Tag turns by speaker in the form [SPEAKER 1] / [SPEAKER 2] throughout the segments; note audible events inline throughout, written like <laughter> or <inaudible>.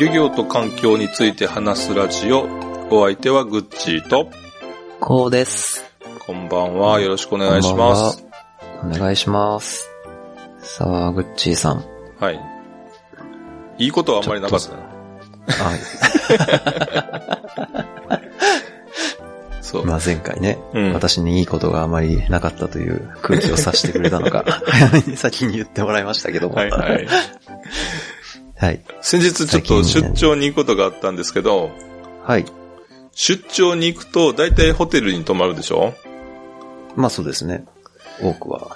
[SPEAKER 1] 漁業と環境について話すラジオ。お相手はグッチーと、
[SPEAKER 2] こうです。
[SPEAKER 1] こんばんは。よろしくお願いします。
[SPEAKER 2] お願いします。さあ、グッチーさん。
[SPEAKER 1] はい。いいことはあんまりなかったな。
[SPEAKER 2] は
[SPEAKER 1] そ
[SPEAKER 2] い。
[SPEAKER 1] う。
[SPEAKER 2] まあ前回ね、
[SPEAKER 1] うん
[SPEAKER 2] 私にいいことがあまりなかったという空気を察してくれたのか、
[SPEAKER 1] <laughs>
[SPEAKER 2] 早めに先に言ってもらいましたけども。
[SPEAKER 1] はい <laughs> はい。
[SPEAKER 2] はい。
[SPEAKER 1] 先日ちょっと出張に行くことがあったんですけど、
[SPEAKER 2] はい。
[SPEAKER 1] 出張に行くと大体ホテルに泊まるでしょ
[SPEAKER 2] まあそうですね。多くは。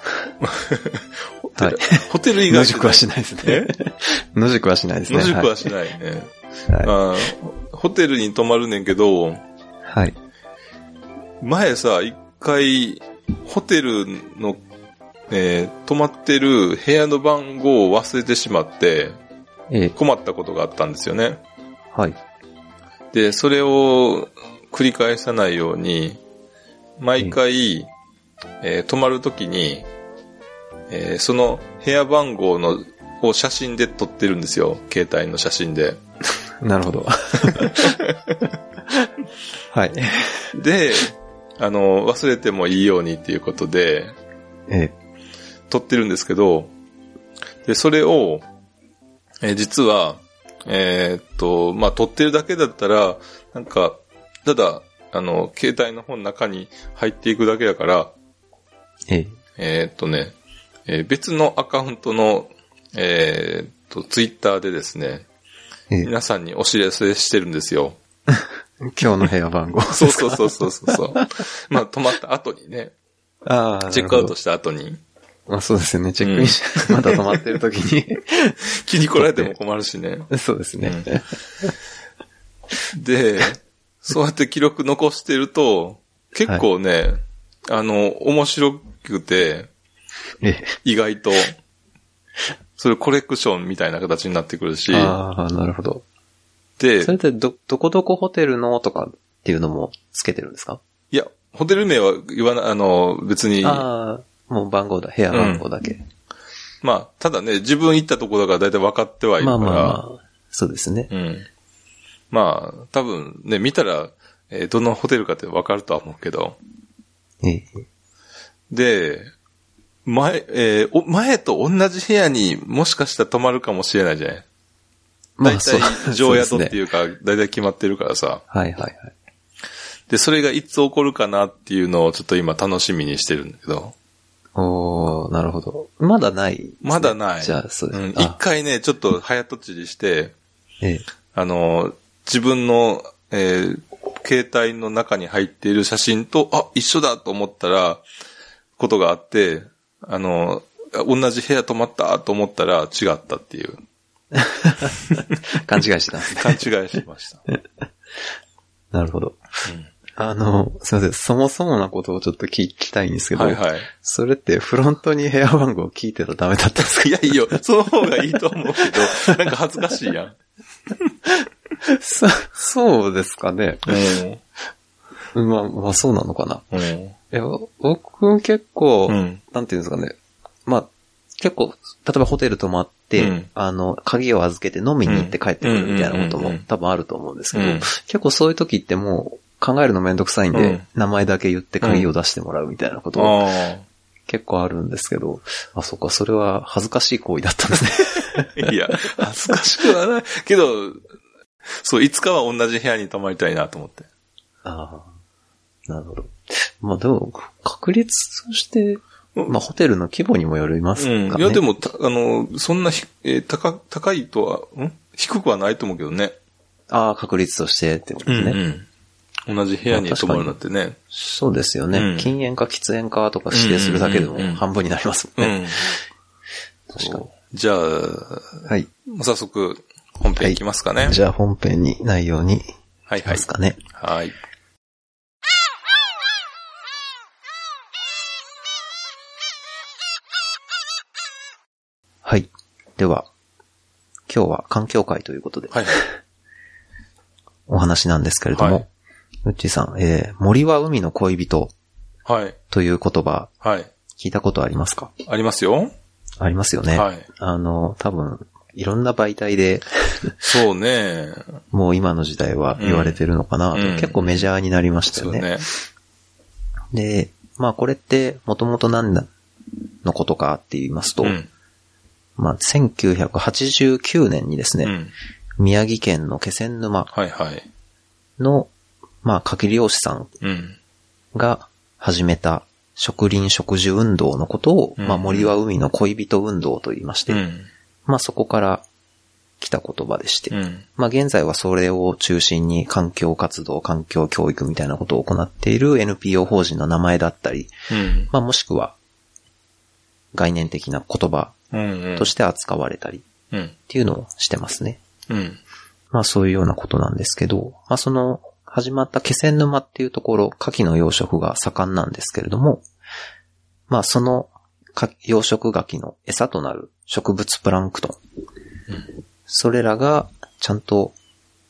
[SPEAKER 1] ホテ
[SPEAKER 2] はい
[SPEAKER 1] ル。ホテル以
[SPEAKER 2] 野
[SPEAKER 1] 外で
[SPEAKER 2] 宿はしないですね。 <laughs> 野宿はしないですね。
[SPEAKER 1] 野宿は
[SPEAKER 2] し
[SPEAKER 1] しないね。
[SPEAKER 2] ない。は
[SPEAKER 1] あーホテルに泊まるねんけど、
[SPEAKER 2] い。はい。
[SPEAKER 1] 前さ、一回、ホテルの、えー泊まってる部屋の番号を忘れてしまって、
[SPEAKER 2] ええ
[SPEAKER 1] 困ったことがあったんですよね。
[SPEAKER 2] はい。
[SPEAKER 1] で、それを繰り返さないように、毎回、えー泊まるときに、えーその部屋番号の、を写真で撮ってるんですよ。携帯の写真で。
[SPEAKER 2] なる
[SPEAKER 1] <laughs>
[SPEAKER 2] ほど。はい。
[SPEAKER 1] で、あの、忘れてもいいようにっていうことで、
[SPEAKER 2] え
[SPEAKER 1] 撮ってるんですけど、で、それを、えー実は、えーっと、まあ、撮ってるだけだったら、なんか、ただ、あの、携帯の方の中に入っていくだけだから、
[SPEAKER 2] えええ
[SPEAKER 1] えーっとね、えー別のアカウントの、えーっと、ツイッターでですね、
[SPEAKER 2] ええ
[SPEAKER 1] 皆さんにお知らせしてるんですよ。
[SPEAKER 2] 今日の部屋番号。
[SPEAKER 1] そうそうそうそうそうそう。まあ、止まった後にね、
[SPEAKER 2] <laughs> ああ。
[SPEAKER 1] チェックアウ
[SPEAKER 2] なるほど
[SPEAKER 1] トした後に、
[SPEAKER 2] まあそうですよね。チェックインし、 <laughs> まだ止まってる時に。 <laughs>
[SPEAKER 1] 気に来られても困るしね。
[SPEAKER 2] そうですね。
[SPEAKER 1] で、そうやって記録残してると、結構ね、あの、面白くて、
[SPEAKER 2] え
[SPEAKER 1] 意外と、それコレクションみたいな形になってくるし
[SPEAKER 2] え。、ああ、なるほど。
[SPEAKER 1] で
[SPEAKER 2] そ、れってど、どこどこホテルのとかっていうのもつけてるんですか
[SPEAKER 1] いや、ホテル名は言わな、あの、別に、
[SPEAKER 2] ああ、もう番号だ、部屋番号だけ。
[SPEAKER 1] まあ、ただね、自分行ったとこだから大体分かってはいる
[SPEAKER 2] ま
[SPEAKER 1] か
[SPEAKER 2] あ
[SPEAKER 1] ら、
[SPEAKER 2] まあまあ、そうですね。
[SPEAKER 1] うん。まあ、多分ね、見たら、えーどのホテルかって分かるとは思うけど、
[SPEAKER 2] ええ
[SPEAKER 1] で、前、えーお前と同じ部屋にもしかしたら泊まるかもしれないじゃない
[SPEAKER 2] ま
[SPEAKER 1] 大
[SPEAKER 2] あそう
[SPEAKER 1] 体、常宿って
[SPEAKER 2] う。
[SPEAKER 1] いうか、大体決まってるからさ。
[SPEAKER 2] はいはいはい。
[SPEAKER 1] で、それがいつ起こるかなっていうのをちょっと今楽しみにしてるんだけど。
[SPEAKER 2] おー、なるほど。まだないですね、
[SPEAKER 1] まだない。
[SPEAKER 2] じゃあ、そうで
[SPEAKER 1] うん
[SPEAKER 2] す。
[SPEAKER 1] 一
[SPEAKER 2] あ
[SPEAKER 1] 回ね、ちょっと早とちりして、
[SPEAKER 2] ええ
[SPEAKER 1] あの、自分の、えー携帯の中に入っている写真と、あ、一緒だと思ったら、ことがあって、あの、あ同じ部屋泊まったと思ったら違ったっていう、
[SPEAKER 2] 勘違いしてたんですね。 <laughs>
[SPEAKER 1] 勘違いしました。
[SPEAKER 2] なるほど
[SPEAKER 1] うん。
[SPEAKER 2] あの、すいません。そもそもなことをちょっと聞きたいんですけど、
[SPEAKER 1] はいはい。
[SPEAKER 2] それってフロントに部屋番号聞いてたらダメだったんですか
[SPEAKER 1] いやいや、その方がいいと思う <laughs> けど、なんか恥ずかしいやん。
[SPEAKER 2] そ、そうですかね。まあ、まあそうなのかな。
[SPEAKER 1] うん。
[SPEAKER 2] いや、僕結構、
[SPEAKER 1] うん。
[SPEAKER 2] なんていうんですかね。まあ、結構、例えばホテル泊まって、
[SPEAKER 1] うん
[SPEAKER 2] あの、鍵を預けて飲みに行って帰ってくるみたいなこと
[SPEAKER 1] うんうんうん
[SPEAKER 2] も
[SPEAKER 1] うん
[SPEAKER 2] 多分あると思うんですけ
[SPEAKER 1] う
[SPEAKER 2] ど、
[SPEAKER 1] ん。
[SPEAKER 2] 結構そういう時ってもう考えるのめんどくさいんで、
[SPEAKER 1] うん
[SPEAKER 2] 名前だけ言って鍵を出してもらうみたいなこと
[SPEAKER 1] ああ
[SPEAKER 2] 結構あるんですけど、あ、そっか、それは恥ずかしい行為だったんですね。
[SPEAKER 1] ー。いや、恥ずかしくはない。けど、そう、いつかは同じ部屋に泊まりたいなと思って。
[SPEAKER 2] ああ。なるほど。まあでも、確率として、まあホテルの規模にもよりますかね。
[SPEAKER 1] うん。いや、でも、たあの、そんなひ、えー高、高いとは、ん低くはないと思うけどね。
[SPEAKER 2] ああ、確率としてってことですね。
[SPEAKER 1] うん。同じ部屋に泊まるなんてね。
[SPEAKER 2] そうですよね。
[SPEAKER 1] うん
[SPEAKER 2] 禁煙か喫煙かとか指定するだけでも
[SPEAKER 1] うんうんうんうん
[SPEAKER 2] 半分になりますもんね。
[SPEAKER 1] うん。
[SPEAKER 2] 確かに。
[SPEAKER 1] じゃあ、
[SPEAKER 2] はい。
[SPEAKER 1] 早速、本編いきますかね。
[SPEAKER 2] じゃあ本編に内容にいき
[SPEAKER 1] はいは
[SPEAKER 2] ま
[SPEAKER 1] い
[SPEAKER 2] す。かね。
[SPEAKER 1] はい。
[SPEAKER 2] はい。では、今日は環境会ということで、
[SPEAKER 1] はい。
[SPEAKER 2] お話なんですけれども、
[SPEAKER 1] はいう
[SPEAKER 2] っちーさん、えー、森は海の恋人
[SPEAKER 1] はい。
[SPEAKER 2] という言葉、
[SPEAKER 1] はい。
[SPEAKER 2] 聞いたことありますか
[SPEAKER 1] ありますよ。
[SPEAKER 2] ありますよね。
[SPEAKER 1] はい。
[SPEAKER 2] あの、多分、いろんな媒体で、
[SPEAKER 1] そうね。
[SPEAKER 2] もう今の時代は言われてるのかな、
[SPEAKER 1] うん
[SPEAKER 2] 結構メジャーになりました
[SPEAKER 1] そ
[SPEAKER 2] よ
[SPEAKER 1] う
[SPEAKER 2] ね。
[SPEAKER 1] ね。
[SPEAKER 2] で、まあこれって、もともと何のことかって言いますと、
[SPEAKER 1] うん。
[SPEAKER 2] まあ1989年にですね、
[SPEAKER 1] うん。
[SPEAKER 2] 宮城県の気仙沼
[SPEAKER 1] はいはい。
[SPEAKER 2] の、まあ、柿漁師さん
[SPEAKER 1] うん。
[SPEAKER 2] が始めた植林植樹運動のことを、
[SPEAKER 1] うん
[SPEAKER 2] まあ、森は海の恋人運動と言いまして、
[SPEAKER 1] うん。
[SPEAKER 2] まあ、そこから来た言葉でして、
[SPEAKER 1] うん。
[SPEAKER 2] まあ、現在はそれを中心に環境活動、環境教育みたいなことを行っている NPO 法人の名前だったり、
[SPEAKER 1] うん。
[SPEAKER 2] まあ、もしくは概念的な言葉
[SPEAKER 1] うん。うん
[SPEAKER 2] として扱われたりっ
[SPEAKER 1] うん。
[SPEAKER 2] ていうのをしてますね。
[SPEAKER 1] うん。
[SPEAKER 2] まあそういうようなことなんですけど、まあその始まった気仙沼っていうところ、牡蠣の養殖が盛んなんですけれども、まあその牡蠣養殖牡蠣の餌となる植物プランクトン、それらがちゃんと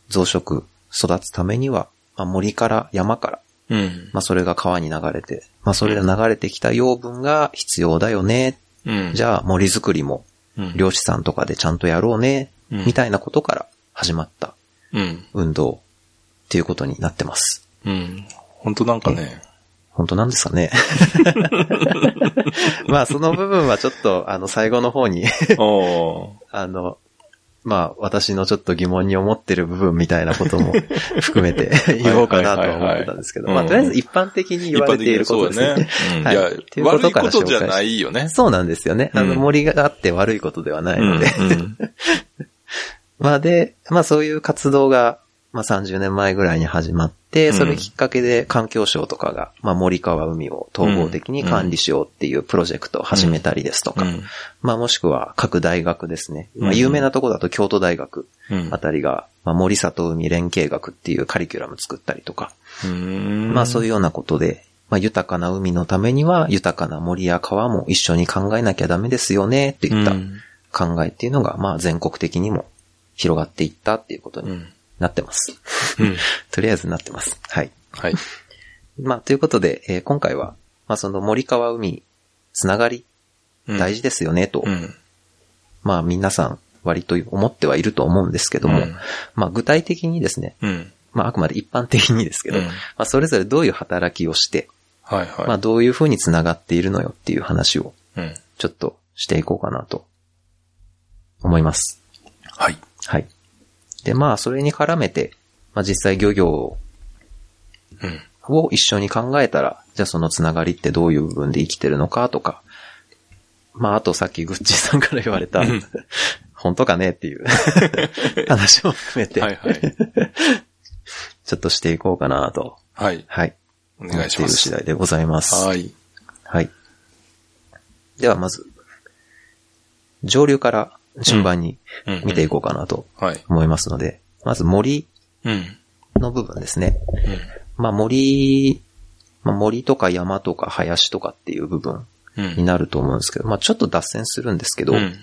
[SPEAKER 2] 増殖、育つためには、まあ、森から山か
[SPEAKER 1] う
[SPEAKER 2] ら、
[SPEAKER 1] ん。
[SPEAKER 2] まあそれが川に流れて、まあそれら流れてきた養分が必要だよね。
[SPEAKER 1] うん。
[SPEAKER 2] じゃあ森づくりも
[SPEAKER 1] うん、
[SPEAKER 2] 漁師さんとかでちゃんとやろうね。
[SPEAKER 1] うん
[SPEAKER 2] みたいなことから始まった
[SPEAKER 1] うん。
[SPEAKER 2] 運動っていうことになってます。
[SPEAKER 1] うん。本当なんかね。
[SPEAKER 2] 本当なんですかね <laughs> まあその部分はちょっとあの最後の方に <laughs>
[SPEAKER 1] おー
[SPEAKER 2] あのまあ私のちょっと疑問に思ってる部分みたいなことも <laughs> 含めて <laughs> 言おうかなとは思ってたんですけど、
[SPEAKER 1] はい
[SPEAKER 2] ま
[SPEAKER 1] はい
[SPEAKER 2] あ
[SPEAKER 1] はい
[SPEAKER 2] とりあえず一般的に <laughs> 言われていることです
[SPEAKER 1] 一般的
[SPEAKER 2] ね
[SPEAKER 1] に。そうだ
[SPEAKER 2] はい
[SPEAKER 1] ね。
[SPEAKER 2] って
[SPEAKER 1] う
[SPEAKER 2] い
[SPEAKER 1] ん。
[SPEAKER 2] う
[SPEAKER 1] いや、
[SPEAKER 2] こ
[SPEAKER 1] 悪
[SPEAKER 2] と
[SPEAKER 1] い
[SPEAKER 2] から
[SPEAKER 1] ことじゃ
[SPEAKER 2] 紹介し
[SPEAKER 1] ないよね。
[SPEAKER 2] <laughs> そうなんですよね。あの
[SPEAKER 1] うん
[SPEAKER 2] 森があって悪いことではないので、
[SPEAKER 1] うんうん
[SPEAKER 2] まあで、まあそういう活動が、まあ30年前ぐらいに始まって、それきっかけで環境省とかが、まあ森川海を統合的に管理しようっていうプロジェクトを始めたりですとか、
[SPEAKER 1] うん
[SPEAKER 2] まあもしくは各大学ですね。まあ
[SPEAKER 1] うん
[SPEAKER 2] 有名なとこだと京都大学
[SPEAKER 1] うん
[SPEAKER 2] あたりが、まあ森里海連携学っていうカリキュラム作ったりとか、
[SPEAKER 1] うん
[SPEAKER 2] まあそういう
[SPEAKER 1] う
[SPEAKER 2] ようなことで、まあ豊かな海のためには豊かな森や川も一緒に考えなきゃダメですよねっていった
[SPEAKER 1] ん
[SPEAKER 2] 考えっていうのが、まあ全国的にも広がっていったっていうこと
[SPEAKER 1] う
[SPEAKER 2] に
[SPEAKER 1] ん
[SPEAKER 2] なってます。
[SPEAKER 1] うん
[SPEAKER 2] とりあえずなってます。はい。
[SPEAKER 1] はい。
[SPEAKER 2] まあ、ということで、えー今回は、まあ、その森川海、つながり、
[SPEAKER 1] うん
[SPEAKER 2] 大事ですよね、と、
[SPEAKER 1] うん。
[SPEAKER 2] まあ、皆さん、割と思ってはいると思うんですけども、
[SPEAKER 1] うん
[SPEAKER 2] まあ、具体的にですね、
[SPEAKER 1] うん。
[SPEAKER 2] まあ、あくまで一般的にですけど、
[SPEAKER 1] うん
[SPEAKER 2] まあ、それぞれどういう働きをして、
[SPEAKER 1] はいはい。
[SPEAKER 2] まあ、どういうふうにつながっているのよっていう話を、
[SPEAKER 1] うん。
[SPEAKER 2] ちょっとしていこうかなと、思います。
[SPEAKER 1] はい。
[SPEAKER 2] はい。で、まあ、それに絡めて、まあ、実際漁業
[SPEAKER 1] うん。
[SPEAKER 2] を一緒に考えたら、じゃあそのつながりってどういう部分で生きてるのかとか、まあ、あとさっきグッチーさんから言われた
[SPEAKER 1] うん、
[SPEAKER 2] <laughs> 本当かねっていう
[SPEAKER 1] <laughs>
[SPEAKER 2] 話も含めて、
[SPEAKER 1] はいはい。
[SPEAKER 2] ちょっとしていこうかなと、
[SPEAKER 1] はい。
[SPEAKER 2] はい。
[SPEAKER 1] お願いしま
[SPEAKER 2] 思ってる
[SPEAKER 1] す
[SPEAKER 2] 次。第でございます。はい。
[SPEAKER 1] はい。
[SPEAKER 2] ではまず、上流から順番に
[SPEAKER 1] うん
[SPEAKER 2] 見ていこうかなと
[SPEAKER 1] はい。
[SPEAKER 2] 思いますので、まず森
[SPEAKER 1] うん。
[SPEAKER 2] の部分ですね。
[SPEAKER 1] うん
[SPEAKER 2] まあ森、まあ、森とか山とか林とかっていう部分
[SPEAKER 1] うん。
[SPEAKER 2] になると思うんですけど、まあちょっと脱線するんですけど、
[SPEAKER 1] うん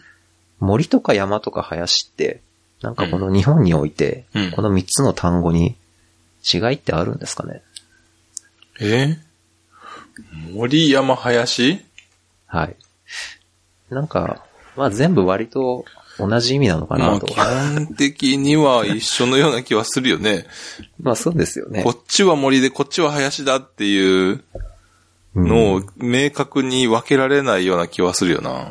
[SPEAKER 2] 森とか山とか林って、なんかこの日本において、
[SPEAKER 1] うん
[SPEAKER 2] この3つの単語に違いってあるんですかね
[SPEAKER 1] え森山林
[SPEAKER 2] はい。なんか、まあ全部割と同じ意味なのか
[SPEAKER 1] ま
[SPEAKER 2] な
[SPEAKER 1] あ、
[SPEAKER 2] と。
[SPEAKER 1] 基本的には一緒のような気はするよね。
[SPEAKER 2] まあそうです <laughs> よね
[SPEAKER 1] こ。っちは森でこっちは林だっていうの
[SPEAKER 2] う
[SPEAKER 1] を
[SPEAKER 2] ん
[SPEAKER 1] 明確に分けられないような気はするよな。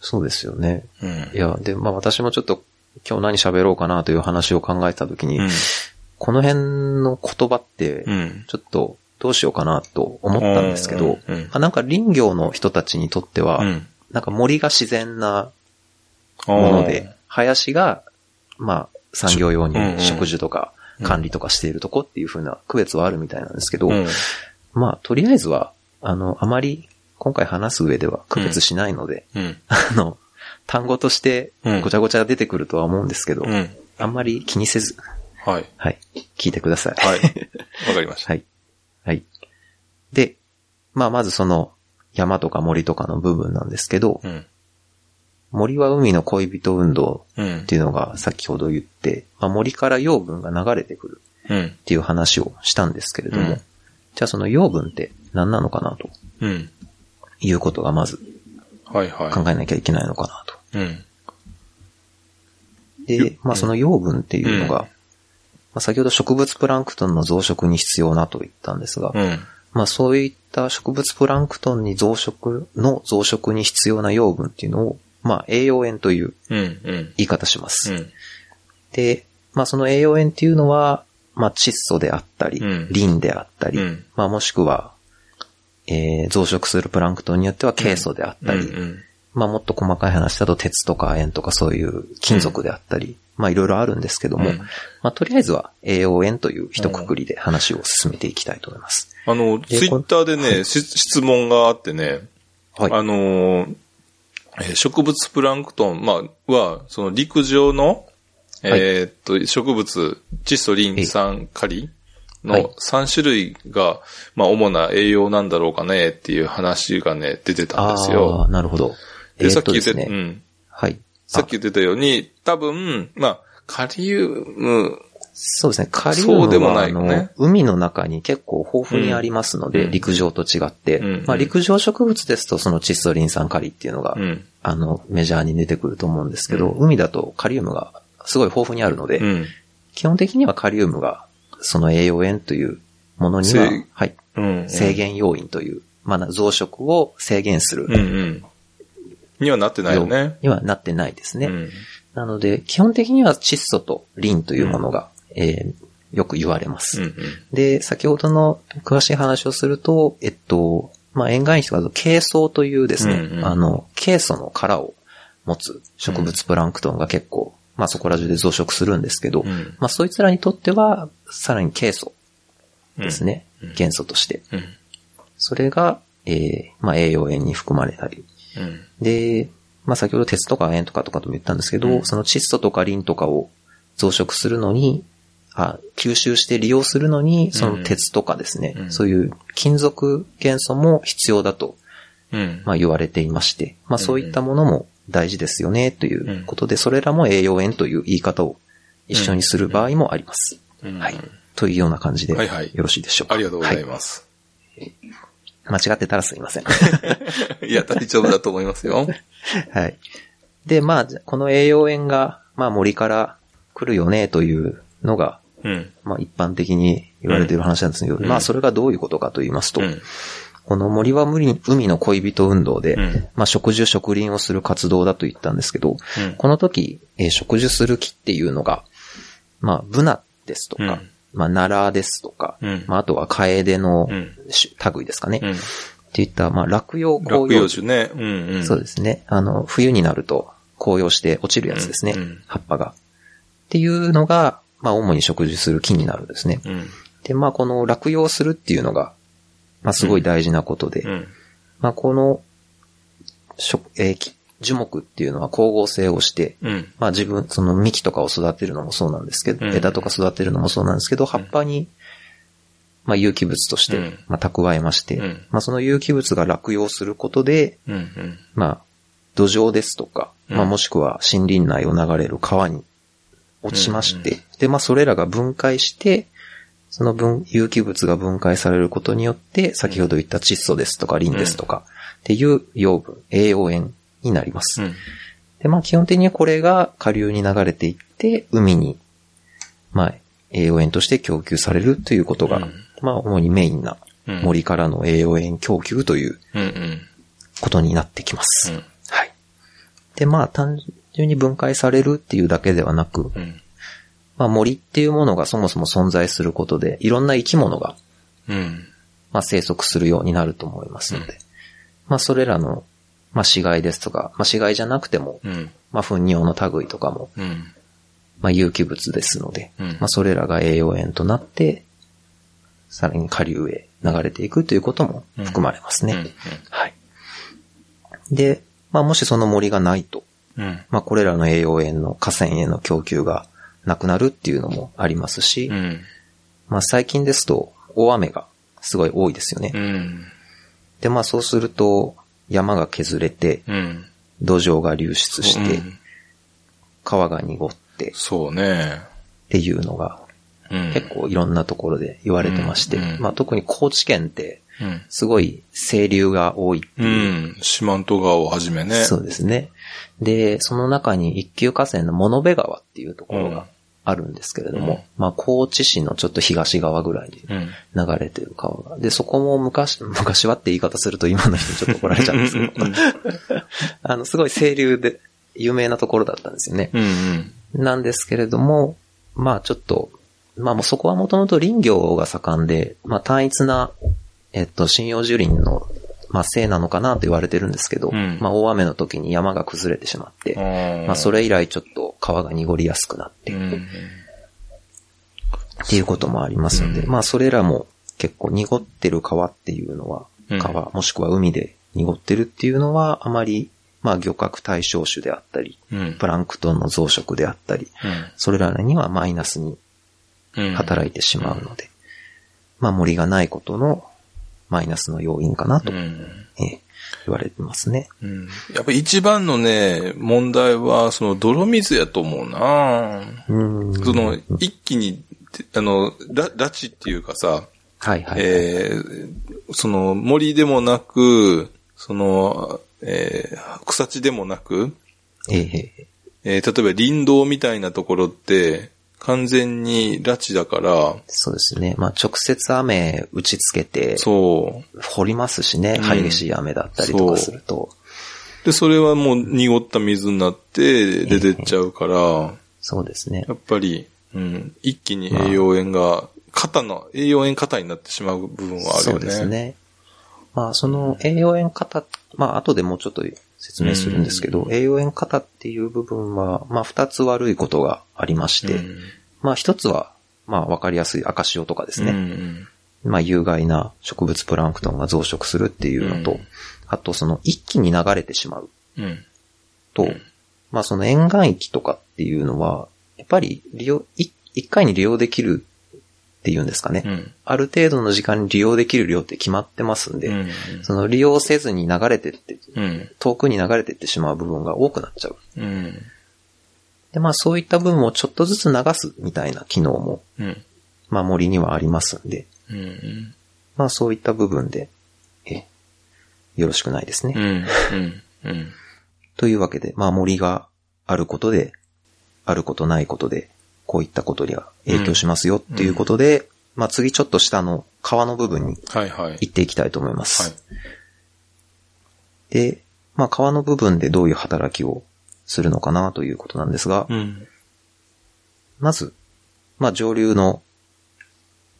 [SPEAKER 2] そうですよね。
[SPEAKER 1] うん。
[SPEAKER 2] いや、で、まあ私もちょっと今日何喋ろうかなという話を考えたときに、
[SPEAKER 1] うん。
[SPEAKER 2] この辺の言葉って、
[SPEAKER 1] うん。
[SPEAKER 2] ちょっとどうしようかなと思ったんですけど、
[SPEAKER 1] うんうん
[SPEAKER 2] あなんか林業の人たちにとっては、
[SPEAKER 1] うん。
[SPEAKER 2] なんか森が自然な
[SPEAKER 1] あー
[SPEAKER 2] もので、林が、まあ、産業用
[SPEAKER 1] うんう
[SPEAKER 2] に
[SPEAKER 1] ん
[SPEAKER 2] 植樹とか
[SPEAKER 1] うん
[SPEAKER 2] 管理とかしているとこっていう風な区別はあるみたいなんですけど、
[SPEAKER 1] うん。
[SPEAKER 2] まあ、とりあえずは、あの、あまり今回話す上では区別しないので、
[SPEAKER 1] うん。
[SPEAKER 2] <laughs> あの、単語として <laughs>
[SPEAKER 1] うん
[SPEAKER 2] ごちゃごちゃ出てくるとは思うんですけど、
[SPEAKER 1] うん。
[SPEAKER 2] あんまり気にせず、
[SPEAKER 1] はい。
[SPEAKER 2] はい、聞いてください。
[SPEAKER 1] はい。わかりました。
[SPEAKER 2] はい。はい。で、まあまずその山とか森とかの部分なんですけど、
[SPEAKER 1] うん。
[SPEAKER 2] 森は海の恋人運動
[SPEAKER 1] うん
[SPEAKER 2] って。いうのが先ほど言って、まあ、森から養分が流れてくる
[SPEAKER 1] うん
[SPEAKER 2] っ。ていう話をしたんですけれども、
[SPEAKER 1] うん
[SPEAKER 2] じゃあその養分って何なのかなと
[SPEAKER 1] うん。
[SPEAKER 2] いうことがまず
[SPEAKER 1] はいは
[SPEAKER 2] 考えなきゃいけないのかなと。
[SPEAKER 1] い。うん。
[SPEAKER 2] で、まあその養分っていうのが、
[SPEAKER 1] うん
[SPEAKER 2] まあ先ほど植物プランクトンの増殖に必要なと言ったんですが、
[SPEAKER 1] うん。
[SPEAKER 2] まあそういった植物プランクトンに増殖の増殖に必要な養分っていうのを、まあ栄養塩という
[SPEAKER 1] うん。うん。
[SPEAKER 2] 言い方します。
[SPEAKER 1] うん。
[SPEAKER 2] で、まあその栄養塩っていうのは、まあ窒素であったり、
[SPEAKER 1] うん
[SPEAKER 2] リンであったり、
[SPEAKER 1] うん
[SPEAKER 2] まあもしくは、えー増殖するプランクトンによってはケイ素であっ
[SPEAKER 1] う
[SPEAKER 2] たり、
[SPEAKER 1] ん。
[SPEAKER 2] まあもっと細かい話だと鉄とか塩とかそういう金属であったり、まあいろいろあるんですけども、
[SPEAKER 1] うん
[SPEAKER 2] まあとりあえずは栄養塩という一括りで話を進めていきたいと思います。
[SPEAKER 1] あの、ツイッターでね、し質問があってね、
[SPEAKER 2] はい。
[SPEAKER 1] あのー、えー植物プランクトン、まあ、は、その陸上の、
[SPEAKER 2] はい
[SPEAKER 1] えーっと、植物、窒素、リン酸、カリの
[SPEAKER 2] はい
[SPEAKER 1] 3種類が、まあ、主な栄養なんだろうかねっていう話がね、出てたんです
[SPEAKER 2] あ
[SPEAKER 1] よ。
[SPEAKER 2] あ、なるほど。え
[SPEAKER 1] で、
[SPEAKER 2] ー
[SPEAKER 1] さっ
[SPEAKER 2] っと
[SPEAKER 1] き言
[SPEAKER 2] で
[SPEAKER 1] って、
[SPEAKER 2] すね、
[SPEAKER 1] うん。
[SPEAKER 2] はい。
[SPEAKER 1] さっき言ってたように、多分、まあ、カリウム、
[SPEAKER 2] そうですね。カリウ
[SPEAKER 1] そうで
[SPEAKER 2] ム
[SPEAKER 1] も
[SPEAKER 2] は、
[SPEAKER 1] ない
[SPEAKER 2] あ
[SPEAKER 1] よ
[SPEAKER 2] の、
[SPEAKER 1] ね
[SPEAKER 2] 海の中に結構豊富にありますので、
[SPEAKER 1] うん
[SPEAKER 2] 陸上と違って、
[SPEAKER 1] うん
[SPEAKER 2] まあ陸上植物ですとその窒素リン酸カリっていうのが、
[SPEAKER 1] うん、
[SPEAKER 2] あの、メジャーに出てくると思うんですけど、
[SPEAKER 1] う
[SPEAKER 2] 海だとカリウムがすごい豊富にあるので、
[SPEAKER 1] うん、
[SPEAKER 2] 基本的にはカリウムが、その栄養塩というものには
[SPEAKER 1] 制、
[SPEAKER 2] はい、
[SPEAKER 1] うん。
[SPEAKER 2] 制限要因という、まあ、増殖を制限す
[SPEAKER 1] うん、う
[SPEAKER 2] る
[SPEAKER 1] ん。にはなってないよね。
[SPEAKER 2] にはなってないですね。
[SPEAKER 1] うん。
[SPEAKER 2] なので、基本的には窒素とリンというものが、えーよく言われます。
[SPEAKER 1] うん、
[SPEAKER 2] で、先ほどの詳しい話をすると、えっと、まあ、沿岸石とかだと、珪藻というですね、
[SPEAKER 1] うんうん
[SPEAKER 2] あの、珪藻の殻を持つ植物プランクトンが結構、まあ、そこら中で増殖するんですけど、
[SPEAKER 1] うん。うん
[SPEAKER 2] まあ、そいつらにとっては、さらに珪藻です。ね、
[SPEAKER 1] うん
[SPEAKER 2] 元素として。
[SPEAKER 1] うん、
[SPEAKER 2] それが、えーまあ、栄養塩に含まれたり。
[SPEAKER 1] うん。
[SPEAKER 2] で、まあ、先ほど鉄とか塩とかとかとも言ったんですけど、
[SPEAKER 1] うん
[SPEAKER 2] その窒素とかリンとかを増殖するのに、あ吸収して利用するのに、その鉄とかですね、
[SPEAKER 1] うん
[SPEAKER 2] そういう金属元素も必要だと、
[SPEAKER 1] うん。
[SPEAKER 2] まあ、言われていまして、まあ、そういったものも大事ですよね、ということで、それらも栄養塩という言い方を一緒にする場合もあります。
[SPEAKER 1] うん
[SPEAKER 2] はい。というような感じで、
[SPEAKER 1] はい
[SPEAKER 2] よ
[SPEAKER 1] はい。
[SPEAKER 2] ろしいでしょうか。
[SPEAKER 1] ありがとうござい
[SPEAKER 2] は
[SPEAKER 1] ます。
[SPEAKER 2] い間違ってたらすいません。
[SPEAKER 1] い、や、大丈夫だと思いますよ。
[SPEAKER 2] はい。で、まあ、この栄養塩が、まあ森から来るよね、というのが、
[SPEAKER 1] うん。
[SPEAKER 2] まあ一般的に言われている話なんですけど、
[SPEAKER 1] うん
[SPEAKER 2] まあそれがどういうことかと言いますと、
[SPEAKER 1] うん。
[SPEAKER 2] この森は無理海の恋人運動で、
[SPEAKER 1] うん
[SPEAKER 2] まあ植樹植林をする活動だと言ったんですけど、
[SPEAKER 1] うん
[SPEAKER 2] この時、えー植樹する木っていうのが、まあブナですとか、
[SPEAKER 1] うん
[SPEAKER 2] まあナラですとか、
[SPEAKER 1] うん
[SPEAKER 2] まああとはカエデの
[SPEAKER 1] うん
[SPEAKER 2] 種類ですかね、
[SPEAKER 1] う
[SPEAKER 2] っ
[SPEAKER 1] ん。
[SPEAKER 2] ていった、まあ落葉
[SPEAKER 1] 落
[SPEAKER 2] 紅葉
[SPEAKER 1] 葉
[SPEAKER 2] 樹
[SPEAKER 1] 樹ね。うんうん。
[SPEAKER 2] そうですね。あの、冬になると紅葉して落ちるやつですね。
[SPEAKER 1] うんうん
[SPEAKER 2] 葉っぱが。っていうのが、まあ主に植樹する木になるんですね。
[SPEAKER 1] うん。
[SPEAKER 2] で、まあこの落葉するっていうのが、まあすごい大事なことで、
[SPEAKER 1] うん。
[SPEAKER 2] まあこの、植えー木樹木っていうのは光合成をして、
[SPEAKER 1] うん。
[SPEAKER 2] まあ自分、その幹とかを育てるのもそうなんですけど、
[SPEAKER 1] うん
[SPEAKER 2] 枝とか育てるのもそうなんですけど、葉っぱに、まあ有機物とし
[SPEAKER 1] う
[SPEAKER 2] て
[SPEAKER 1] ん、
[SPEAKER 2] まあ蓄えまして、
[SPEAKER 1] うん
[SPEAKER 2] まあその有機物が落葉することで、
[SPEAKER 1] うん。うん。
[SPEAKER 2] まあ、土壌ですとか、
[SPEAKER 1] うん
[SPEAKER 2] まあもしくは森林内を流れる川に落ちまして、で、まあそれらが分解して、その分、有機物が分解されることによって、先ほど言った窒素ですとかリンですとか、っていう養分、栄養塩になります。
[SPEAKER 1] うん
[SPEAKER 2] で、まあ基本的にこれが下流に流れていって、海に、まあ栄養塩として供給されるということが、
[SPEAKER 1] うん
[SPEAKER 2] まあ主にメインな
[SPEAKER 1] うん。
[SPEAKER 2] 森からの栄養塩供給という
[SPEAKER 1] うんうん。
[SPEAKER 2] ことになってきます。
[SPEAKER 1] うん。
[SPEAKER 2] はい。で、まあ、単純に分解されるっていうだけではなく、
[SPEAKER 1] うん。
[SPEAKER 2] まあ、森っていうものがそもそも存在することで、いろんな生き物が、
[SPEAKER 1] うん。
[SPEAKER 2] まあ、生息するようになると思いますので、まあ、それらの、まあ、死骸ですとか、まあ、死骸じゃなくても、
[SPEAKER 1] うん。
[SPEAKER 2] まあ、糞尿の類とかも、
[SPEAKER 1] うん。
[SPEAKER 2] まあ、有機物ですので、
[SPEAKER 1] うん
[SPEAKER 2] まあ、それらが栄養塩となって、さらに下流へ流れていくということも含まれますね。はい。で、まあ、もしその森がないと、
[SPEAKER 1] うん。
[SPEAKER 2] まあ、これらの栄養塩の河川への供給がなくなるっていうのもありますし、
[SPEAKER 1] うん。
[SPEAKER 2] まあ、最近ですと大雨がすごい多いですよね。
[SPEAKER 1] うん。
[SPEAKER 2] で、まあ、そうすると山が削れて、
[SPEAKER 1] うん。
[SPEAKER 2] 土壌が流出して
[SPEAKER 1] う、ん
[SPEAKER 2] 川が濁ってっ
[SPEAKER 1] そうね。
[SPEAKER 2] ていうのが、
[SPEAKER 1] うん。
[SPEAKER 2] 結構いろんなところで言われてまして
[SPEAKER 1] うんう、ん
[SPEAKER 2] まあ特に高知県って、
[SPEAKER 1] うん。
[SPEAKER 2] すごい清流が多いって
[SPEAKER 1] う
[SPEAKER 2] い
[SPEAKER 1] ん。
[SPEAKER 2] う、
[SPEAKER 1] 四万十川をはじめね。
[SPEAKER 2] そうですね。で、その中に一級河川の物部川っていうところ
[SPEAKER 1] うん
[SPEAKER 2] があるんですけれども、
[SPEAKER 1] うん
[SPEAKER 2] まあ高知市のちょっと東側ぐらいに
[SPEAKER 1] うん。
[SPEAKER 2] 流れてる川が。で、そこも昔、 <laughs> 昔はって言い方すると今の人にちょっと怒られちゃうんですけど、
[SPEAKER 1] うん。
[SPEAKER 2] <laughs> あの、すごい清流で有名なところだったんですよね。
[SPEAKER 1] うんうん。
[SPEAKER 2] なんですけれども、まあちょっと、まあもうそこはもともと林業が盛んで、まあ単一な、えっと、針葉樹林の、まあせいなのかなと言われてるんですけど、
[SPEAKER 1] うん
[SPEAKER 2] まあ大雨の時に山が崩れてしまって、まあそ
[SPEAKER 1] れ
[SPEAKER 2] れ以来ちょっと川が濁りやすくなって、
[SPEAKER 1] う
[SPEAKER 2] っ
[SPEAKER 1] ん。
[SPEAKER 2] ていうこともありますので、
[SPEAKER 1] うん
[SPEAKER 2] まあそれらも結構濁ってる川っていうのは、
[SPEAKER 1] うん
[SPEAKER 2] 川、もしくは海で濁ってるっていうのはあまり、まあ漁獲対象種であったり、
[SPEAKER 1] うん
[SPEAKER 2] プ。ランクトンの増殖であったり、それらにはマイナスに
[SPEAKER 1] うん。
[SPEAKER 2] 働いてしまうので、まあ森がないことのマイナスの要因かなと、
[SPEAKER 1] うん。
[SPEAKER 2] えー言われてますね。
[SPEAKER 1] うん。やっぱ一番のね、問題は、その泥水やと思うな
[SPEAKER 2] うん。
[SPEAKER 1] その、一気に、あの、ら、拉致っていうかさ、
[SPEAKER 2] はいはい。
[SPEAKER 1] えーその森でもなく、その、えー草地でもなく、
[SPEAKER 2] ええ
[SPEAKER 1] えー例えば林道みたいなところって、完全に拉致だから、
[SPEAKER 2] そうですね。まあ直接雨打ちつけて、
[SPEAKER 1] そ
[SPEAKER 2] 掘りますしね、
[SPEAKER 1] うん
[SPEAKER 2] 激しい雨だったりとかすると、
[SPEAKER 1] う。で、それはもう濁った水になって出てっちゃうから、
[SPEAKER 2] そうですね
[SPEAKER 1] や。っぱり、うん、一気に栄養塩が、肩の、栄養塩肩になってしまう部分はある
[SPEAKER 2] そ
[SPEAKER 1] よね。
[SPEAKER 2] うですね。まあその栄養塩型、まあ後でもうちょっと説明するんですけど、栄養塩型っていう部分は、まあ二つ悪いことがありまして、
[SPEAKER 1] うん。
[SPEAKER 2] まあ一つは、まあわかりやすい赤潮とかですね。
[SPEAKER 1] うん
[SPEAKER 2] まあ、有害な植物プランクトンが増殖するっていうのと、
[SPEAKER 1] うん
[SPEAKER 2] あとその一気に流れてしまう
[SPEAKER 1] うん。
[SPEAKER 2] と、
[SPEAKER 1] うん
[SPEAKER 2] まあその沿岸域とかっていうのは、やっぱり利用、い一回に利用できるっていうんですかね。
[SPEAKER 1] うん。
[SPEAKER 2] ある程度の時間に利用できる量って決まってますんで、
[SPEAKER 1] うん。
[SPEAKER 2] その利用せずに流れてって、
[SPEAKER 1] うん。
[SPEAKER 2] 遠くに流れてってしまう部分が多くなっちゃう。
[SPEAKER 1] うん。
[SPEAKER 2] で、まあそういった部分をちょっとずつ流すみたいな機能も、
[SPEAKER 1] うん。
[SPEAKER 2] まあ森にはありますんで、
[SPEAKER 1] うん。
[SPEAKER 2] まあそういった部分で、え、よろしくないですね。
[SPEAKER 1] うん。うん。
[SPEAKER 2] というわけで、まあ森があることで、あることないことで、こういったことには影響しますよっていうことで、まあ次ちょっと下の川の部分に
[SPEAKER 1] はいはい。はい。
[SPEAKER 2] 行っていきたいと思います。で、まあ川の部分でどういう働きをするのかなということなんですが、
[SPEAKER 1] うん。
[SPEAKER 2] まず、まあ上流の、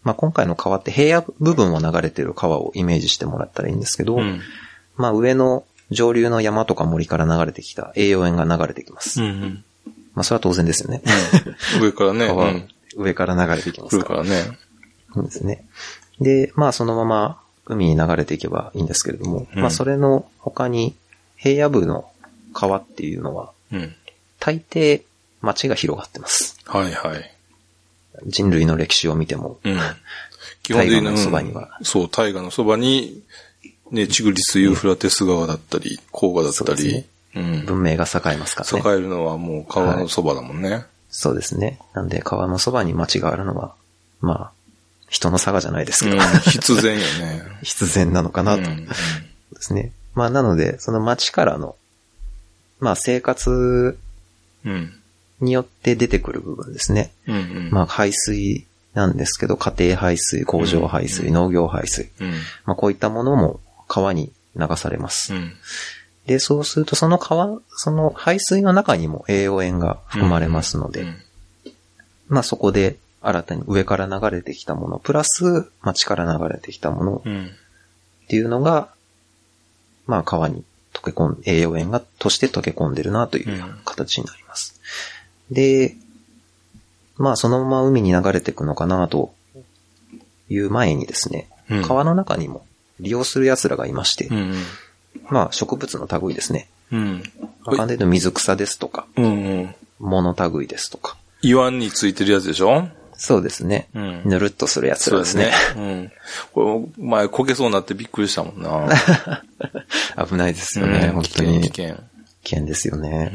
[SPEAKER 2] まあ今回の川って平野部分を流れている川をイメージしてもらったらいいんですけど、
[SPEAKER 1] うん。
[SPEAKER 2] まあ上の上流の山とか森から流れてきた栄養塩が流れてきます。
[SPEAKER 1] うん。
[SPEAKER 2] まあそれは当然ですよね。
[SPEAKER 1] 上からね。
[SPEAKER 2] 川、
[SPEAKER 1] うん
[SPEAKER 2] 上から流れてきます
[SPEAKER 1] 来る
[SPEAKER 2] か。
[SPEAKER 1] かららね。
[SPEAKER 2] そうですね。で、まあそのまま海に流れていけばいいんですけれども、
[SPEAKER 1] うん
[SPEAKER 2] まあそれの他に平野部の川っていうのは
[SPEAKER 1] うん。
[SPEAKER 2] 大抵町が広がってます。
[SPEAKER 1] はいはい。
[SPEAKER 2] 人類の歴史を見ても、
[SPEAKER 1] うん。基
[SPEAKER 2] 大河のそばには
[SPEAKER 1] うんそう、大河のそばに、ね、チグリス・ユーフラテス川だったり、黄河だっ
[SPEAKER 2] そう
[SPEAKER 1] た
[SPEAKER 2] です
[SPEAKER 1] り
[SPEAKER 2] ね、
[SPEAKER 1] うん。
[SPEAKER 2] 文明が栄えますからね。
[SPEAKER 1] 栄えるのはもう川のそばだもんね。
[SPEAKER 2] そうですね。なんで川のそばに町があるのは、まあ、人の差がじゃないです
[SPEAKER 1] う
[SPEAKER 2] けど、
[SPEAKER 1] ん。必然よね。
[SPEAKER 2] <laughs> 必然なのかなと。
[SPEAKER 1] うん
[SPEAKER 2] ですね。まあなので、その街からの、まあ生活
[SPEAKER 1] うん。
[SPEAKER 2] によって出てくる部分ですね。
[SPEAKER 1] うん。うん。
[SPEAKER 2] まあ排水なんですけど、家庭排水、工場排水、
[SPEAKER 1] うん
[SPEAKER 2] 農業排水。
[SPEAKER 1] うん。
[SPEAKER 2] まあこういったものも川に流されます
[SPEAKER 1] う。ん。
[SPEAKER 2] で、そうするとその川、その排水の中にも栄養塩が含まれますの
[SPEAKER 1] うん
[SPEAKER 2] で、まあそこで新たに上から流れてきたもの、プラス街から流れてきたもの
[SPEAKER 1] うん。
[SPEAKER 2] っていうのが、まあ川に溶け込ん、栄養塩が、として溶け込んでるなという
[SPEAKER 1] うん
[SPEAKER 2] 形になります。で、まあそのまま海に流れていくのかなという前にですね、
[SPEAKER 1] うん
[SPEAKER 2] 川の中にも利用する奴らがいまして、
[SPEAKER 1] うん。
[SPEAKER 2] まあ植物の類ですね。
[SPEAKER 1] うん。
[SPEAKER 2] まあ簡単に言うと水草ですとか、
[SPEAKER 1] うん。うん。
[SPEAKER 2] 物類ですとか。
[SPEAKER 1] 岩についてるやつでしょ
[SPEAKER 2] そうですね。
[SPEAKER 1] うん。
[SPEAKER 2] ぬるっとする
[SPEAKER 1] そ
[SPEAKER 2] 奴ら
[SPEAKER 1] う
[SPEAKER 2] で
[SPEAKER 1] ですす
[SPEAKER 2] ね
[SPEAKER 1] ね。。うん。これ、前、こけそうになってびっくりしたもんな。
[SPEAKER 2] <laughs> 危ないですよね、
[SPEAKER 1] うん
[SPEAKER 2] 本当
[SPEAKER 1] 危険、
[SPEAKER 2] に
[SPEAKER 1] 危。険。
[SPEAKER 2] 危危険ですよね。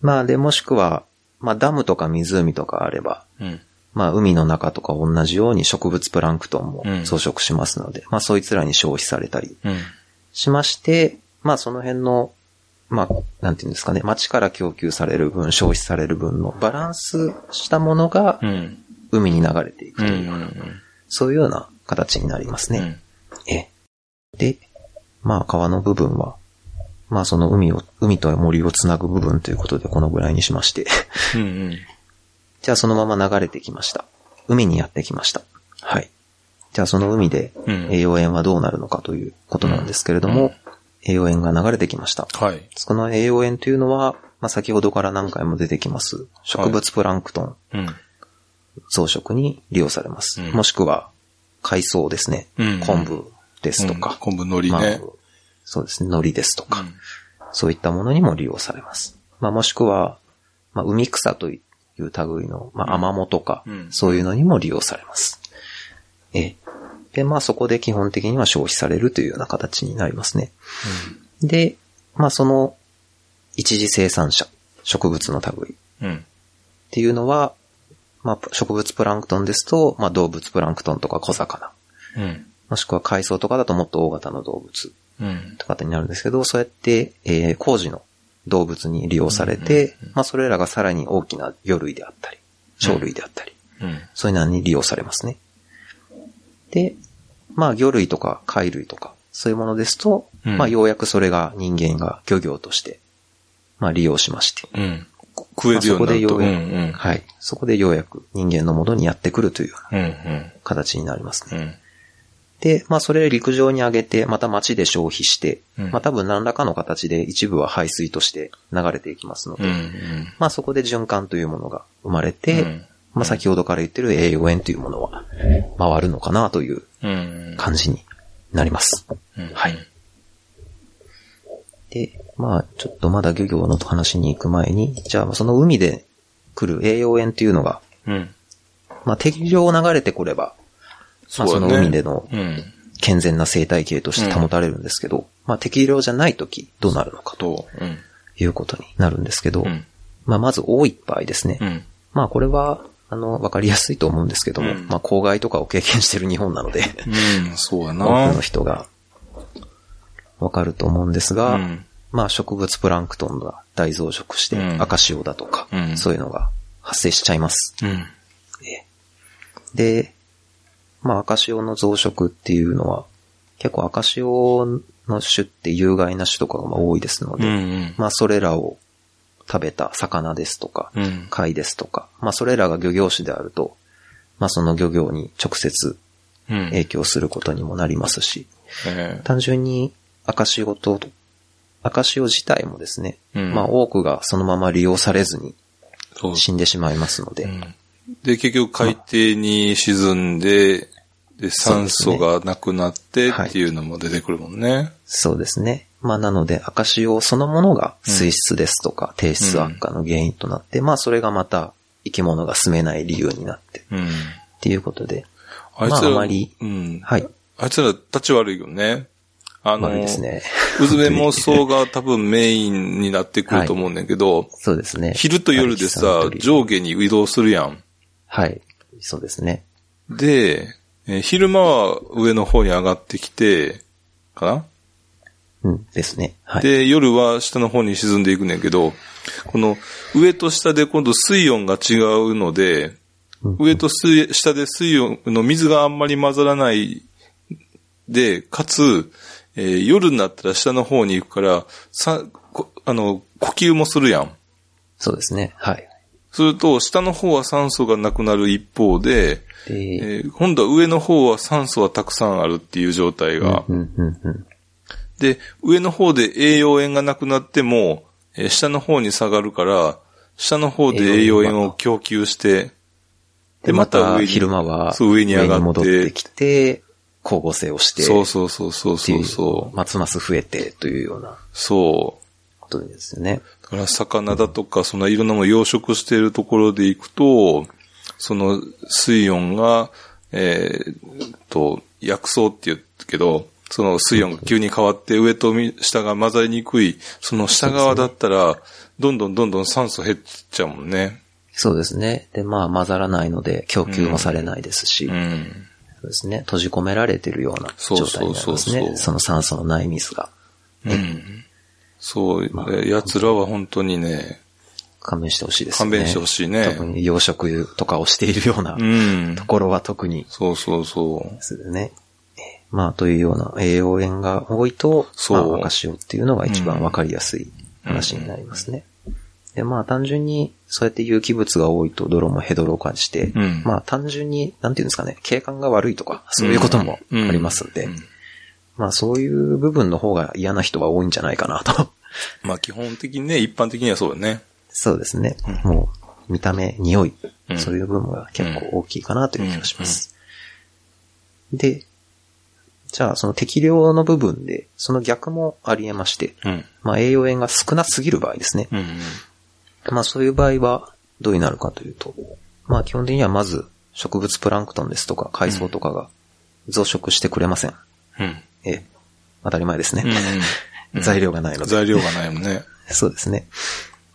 [SPEAKER 2] まあで、もしくは、まあダムとか湖とかあれば、
[SPEAKER 1] うん。
[SPEAKER 2] まあ海の中とか同じように植物プランクトンも
[SPEAKER 1] うん
[SPEAKER 2] 増殖しますので、まあそいつらに消費されたり
[SPEAKER 1] うん。
[SPEAKER 2] しまして、まあその辺の、まあ、なんていうんですかね、町から供給される分、消費される分のバランスしたものが
[SPEAKER 1] うん。
[SPEAKER 2] 海に流れていく
[SPEAKER 1] う
[SPEAKER 2] と
[SPEAKER 1] ん。う
[SPEAKER 2] いう、
[SPEAKER 1] ん。
[SPEAKER 2] そういうような形になりますね。
[SPEAKER 1] うん。
[SPEAKER 2] ええ。で、まあ川の部分は、まあその海を、海と森をつなぐ部分ということでこのぐらいにしまして、
[SPEAKER 1] うん。うん。
[SPEAKER 2] じゃあそのまま流れてきました。海にやってきました。はい。じゃあその海で
[SPEAKER 1] うん
[SPEAKER 2] 栄養塩はどうなるのかということなんですけれど
[SPEAKER 1] うんう
[SPEAKER 2] も
[SPEAKER 1] ん、
[SPEAKER 2] 栄養塩が流れてきました。
[SPEAKER 1] はい。
[SPEAKER 2] その栄養塩というのは、まあ先ほどから何回も出てきます。植物プランクトン
[SPEAKER 1] うん。
[SPEAKER 2] 増殖に利用されます。
[SPEAKER 1] うん
[SPEAKER 2] もしくは海藻ですね。
[SPEAKER 1] うん
[SPEAKER 2] 昆布ですとか。
[SPEAKER 1] うん昆布海苔ね。
[SPEAKER 2] まあそうですね。海苔ですとか、
[SPEAKER 1] うん
[SPEAKER 2] そういったものにも利用されます。まあ、もしくは、まあ、海草という類の、まあ、アマモとか、
[SPEAKER 1] うん
[SPEAKER 2] そういうのにも利用されます。ええ。で、まあ、そこで基本的には消費されるというような形になりますね。で、まあ、その、一次生産者、植物の類っ
[SPEAKER 1] うん。
[SPEAKER 2] ていうのは、まあ、植物プランクトンですと、まあ、動物プランクトンとか小魚、
[SPEAKER 1] うん。
[SPEAKER 2] もしくは海藻とかだともっと大型の動物
[SPEAKER 1] うん。
[SPEAKER 2] とかってになるんですけど、そうやって、えー工事の動物に利用されて、まあそれらがさらに大きな魚類であったり、鳥類であったり、
[SPEAKER 1] うん。
[SPEAKER 2] そういうのに利用されますね。で、まあ魚類とか貝類とか、そういうものですと、
[SPEAKER 1] うん
[SPEAKER 2] まあようやくそれが人間が漁業として、まあ利用しまして、
[SPEAKER 1] うん。食えるようになると。う。
[SPEAKER 2] まあそこでようん
[SPEAKER 1] う
[SPEAKER 2] や
[SPEAKER 1] ん。
[SPEAKER 2] はい。そこでようやく人間のものにやってくるというような
[SPEAKER 1] うん。うん。
[SPEAKER 2] 形になりますね。
[SPEAKER 1] うん。
[SPEAKER 2] で、まあそれを陸上に上げて、また町で消費して、
[SPEAKER 1] うん
[SPEAKER 2] まあ多分何らかの形で一部は排水として流れていきますので、
[SPEAKER 1] うん。
[SPEAKER 2] まあそこで循環というものが生まれて、
[SPEAKER 1] うん
[SPEAKER 2] まあ先ほどから言ってる栄養塩というものは回るのかなという
[SPEAKER 1] うん。
[SPEAKER 2] 感じになります。
[SPEAKER 1] うん。
[SPEAKER 2] はい。で、まあちょっとまだ漁業の話に行く前に、じゃあその海で来る栄養塩というのが、
[SPEAKER 1] うん。
[SPEAKER 2] まあ適量流れてこれば、まあその海での
[SPEAKER 1] うん。
[SPEAKER 2] 健全な生態系として保たれるんですけど、まあ適量じゃない時どうなるのかと
[SPEAKER 1] と、うん。
[SPEAKER 2] いうことになるんですけど、
[SPEAKER 1] うん。
[SPEAKER 2] まあまず多い場合ですね。
[SPEAKER 1] うん。
[SPEAKER 2] まあこれは、あの、わかりやすいと思うんですけども、
[SPEAKER 1] うん
[SPEAKER 2] まあ公害とかを経験してる日本なので、
[SPEAKER 1] うん。そうやな。
[SPEAKER 2] 多くの人がわかると思うんですが、
[SPEAKER 1] うん。
[SPEAKER 2] まあ植物プランクトンが大増殖して
[SPEAKER 1] うん
[SPEAKER 2] 赤潮だとか、
[SPEAKER 1] うん
[SPEAKER 2] そういうのが発生しちゃいます。
[SPEAKER 1] うん。
[SPEAKER 2] ええで、まあ、赤潮の増殖っていうのは、結構赤潮の種って有害な種とかがまあ多いですの
[SPEAKER 1] う
[SPEAKER 2] で、
[SPEAKER 1] ん。
[SPEAKER 2] まあ、それらを食べた魚ですとか、
[SPEAKER 1] うん。
[SPEAKER 2] 貝ですとか、まあ、それらが漁業種であると、まあ、その漁業に直接
[SPEAKER 1] うん。
[SPEAKER 2] 影響することにもなりますし、
[SPEAKER 1] え
[SPEAKER 2] 単純に赤潮と、赤潮自体もですね、
[SPEAKER 1] うん
[SPEAKER 2] まあ、多くがそのまま利用されずに
[SPEAKER 1] ーそう
[SPEAKER 2] 死んでしまいますので、
[SPEAKER 1] で、結局海底に沈んで、で、酸素がなくなってっていうのも出てくるもんね。
[SPEAKER 2] そうですね。まあなので、赤潮そのものが水質ですとか、低質悪化の原因となって、まあそれがまた生き物が住めない理由になって、
[SPEAKER 1] うん。
[SPEAKER 2] っていうことで、
[SPEAKER 1] あいつら、
[SPEAKER 2] まああまり
[SPEAKER 1] うん。
[SPEAKER 2] はい。
[SPEAKER 1] あいつら立ち悪いよね。あの、
[SPEAKER 2] 悪いですね。
[SPEAKER 1] <laughs> うずめ妄想が多分メインになってくると思うんだけど、
[SPEAKER 2] そうですね。
[SPEAKER 1] 昼と夜でさ
[SPEAKER 2] 歩、き散歩
[SPEAKER 1] 上下に移動するやん。
[SPEAKER 2] はい。そうですね。
[SPEAKER 1] で、えー昼間は上の方に上がってきて、かな
[SPEAKER 2] うん、ですね。はい。
[SPEAKER 1] で、夜は下の方に沈んでいくねんけど、この上と下で今度水温が違うので、
[SPEAKER 2] うん
[SPEAKER 1] 上と水下で水温の水があんまり混ざらないで、かつ、えー夜になったら下の方に行くから、さ、こあの、呼吸もするやん。
[SPEAKER 2] そうですね。はい。
[SPEAKER 1] すると、下の方は酸素がなくなる一方で、え
[SPEAKER 2] で、
[SPEAKER 1] ー今度は上の方は酸素はたくさんあるっていう状態が、
[SPEAKER 2] うん、うん、うん。
[SPEAKER 1] で、上の方で栄養塩がなくなっても、えー下の方に下がるから、下の方で栄養塩を供給して、
[SPEAKER 2] で、また昼間は、
[SPEAKER 1] そう上に上がって
[SPEAKER 2] 戻ってきて、光合成をして、
[SPEAKER 1] そうそうそうそう
[SPEAKER 2] ってい
[SPEAKER 1] そううそう。
[SPEAKER 2] ますます増えてというような
[SPEAKER 1] そう。
[SPEAKER 2] ことですよね。
[SPEAKER 1] だから魚だとか、そんないろんなもの養殖しているところで行くと、その水温が、えーっと、薬草って言うけど、その水温が急に変わって上とみ下が混ざりにくい、その下側だったら、どんどんどんどん酸素減っちゃうもんね。
[SPEAKER 2] そうですね。で、まあ混ざらないので供給もされないですし、
[SPEAKER 1] うん。
[SPEAKER 2] そうですね。閉じ込められてるような
[SPEAKER 1] そう
[SPEAKER 2] 状態になります
[SPEAKER 1] そうそうそ
[SPEAKER 2] ね。
[SPEAKER 1] う
[SPEAKER 2] その酸素のない水が
[SPEAKER 1] うん。そう、
[SPEAKER 2] まあ
[SPEAKER 1] え奴らは本当にね、
[SPEAKER 2] 勘弁してほしいです
[SPEAKER 1] 勘
[SPEAKER 2] ね。
[SPEAKER 1] 弁してほしいね。
[SPEAKER 2] 特に養殖とかをしているような
[SPEAKER 1] うん
[SPEAKER 2] と。ころは特に
[SPEAKER 1] そうそうそう。
[SPEAKER 2] ですね。まあ、というような栄養源が多いと、
[SPEAKER 1] そう
[SPEAKER 2] まあ、赤潮っていうのが一番わかりやすい話になりますね。で、まあ、単純に、そうやって有機物が多いと泥もヘドロ化して、
[SPEAKER 1] うん
[SPEAKER 2] まあ、単純に、なんていうんですかね、景観が悪いとか、そういうこともありますんで、
[SPEAKER 1] うん
[SPEAKER 2] まあ、そういう部分の方が嫌な人は多いんじゃないかなと。
[SPEAKER 1] まあ基本的にね、一般的にはそうだね。
[SPEAKER 2] そうですね。
[SPEAKER 1] うん
[SPEAKER 2] もう、見た目、匂い、
[SPEAKER 1] うん
[SPEAKER 2] そういう部分が結構大きいかなという気がします。で、じゃあその適量の部分で、その逆もあり得まして、
[SPEAKER 1] うん。
[SPEAKER 2] まあ栄養塩が少なすぎる場合ですね。
[SPEAKER 1] うん
[SPEAKER 2] まあそういう場合はどうになるかというと、まあ基本的にはまず植物プランクトンですとか海藻とかが増殖してくれません。 <laughs>
[SPEAKER 1] うん。うん。
[SPEAKER 2] ええ、当たり前です
[SPEAKER 1] うん
[SPEAKER 2] ね。
[SPEAKER 1] うん
[SPEAKER 2] 材料がないので。
[SPEAKER 1] 材料がないもんね。
[SPEAKER 2] そうですね。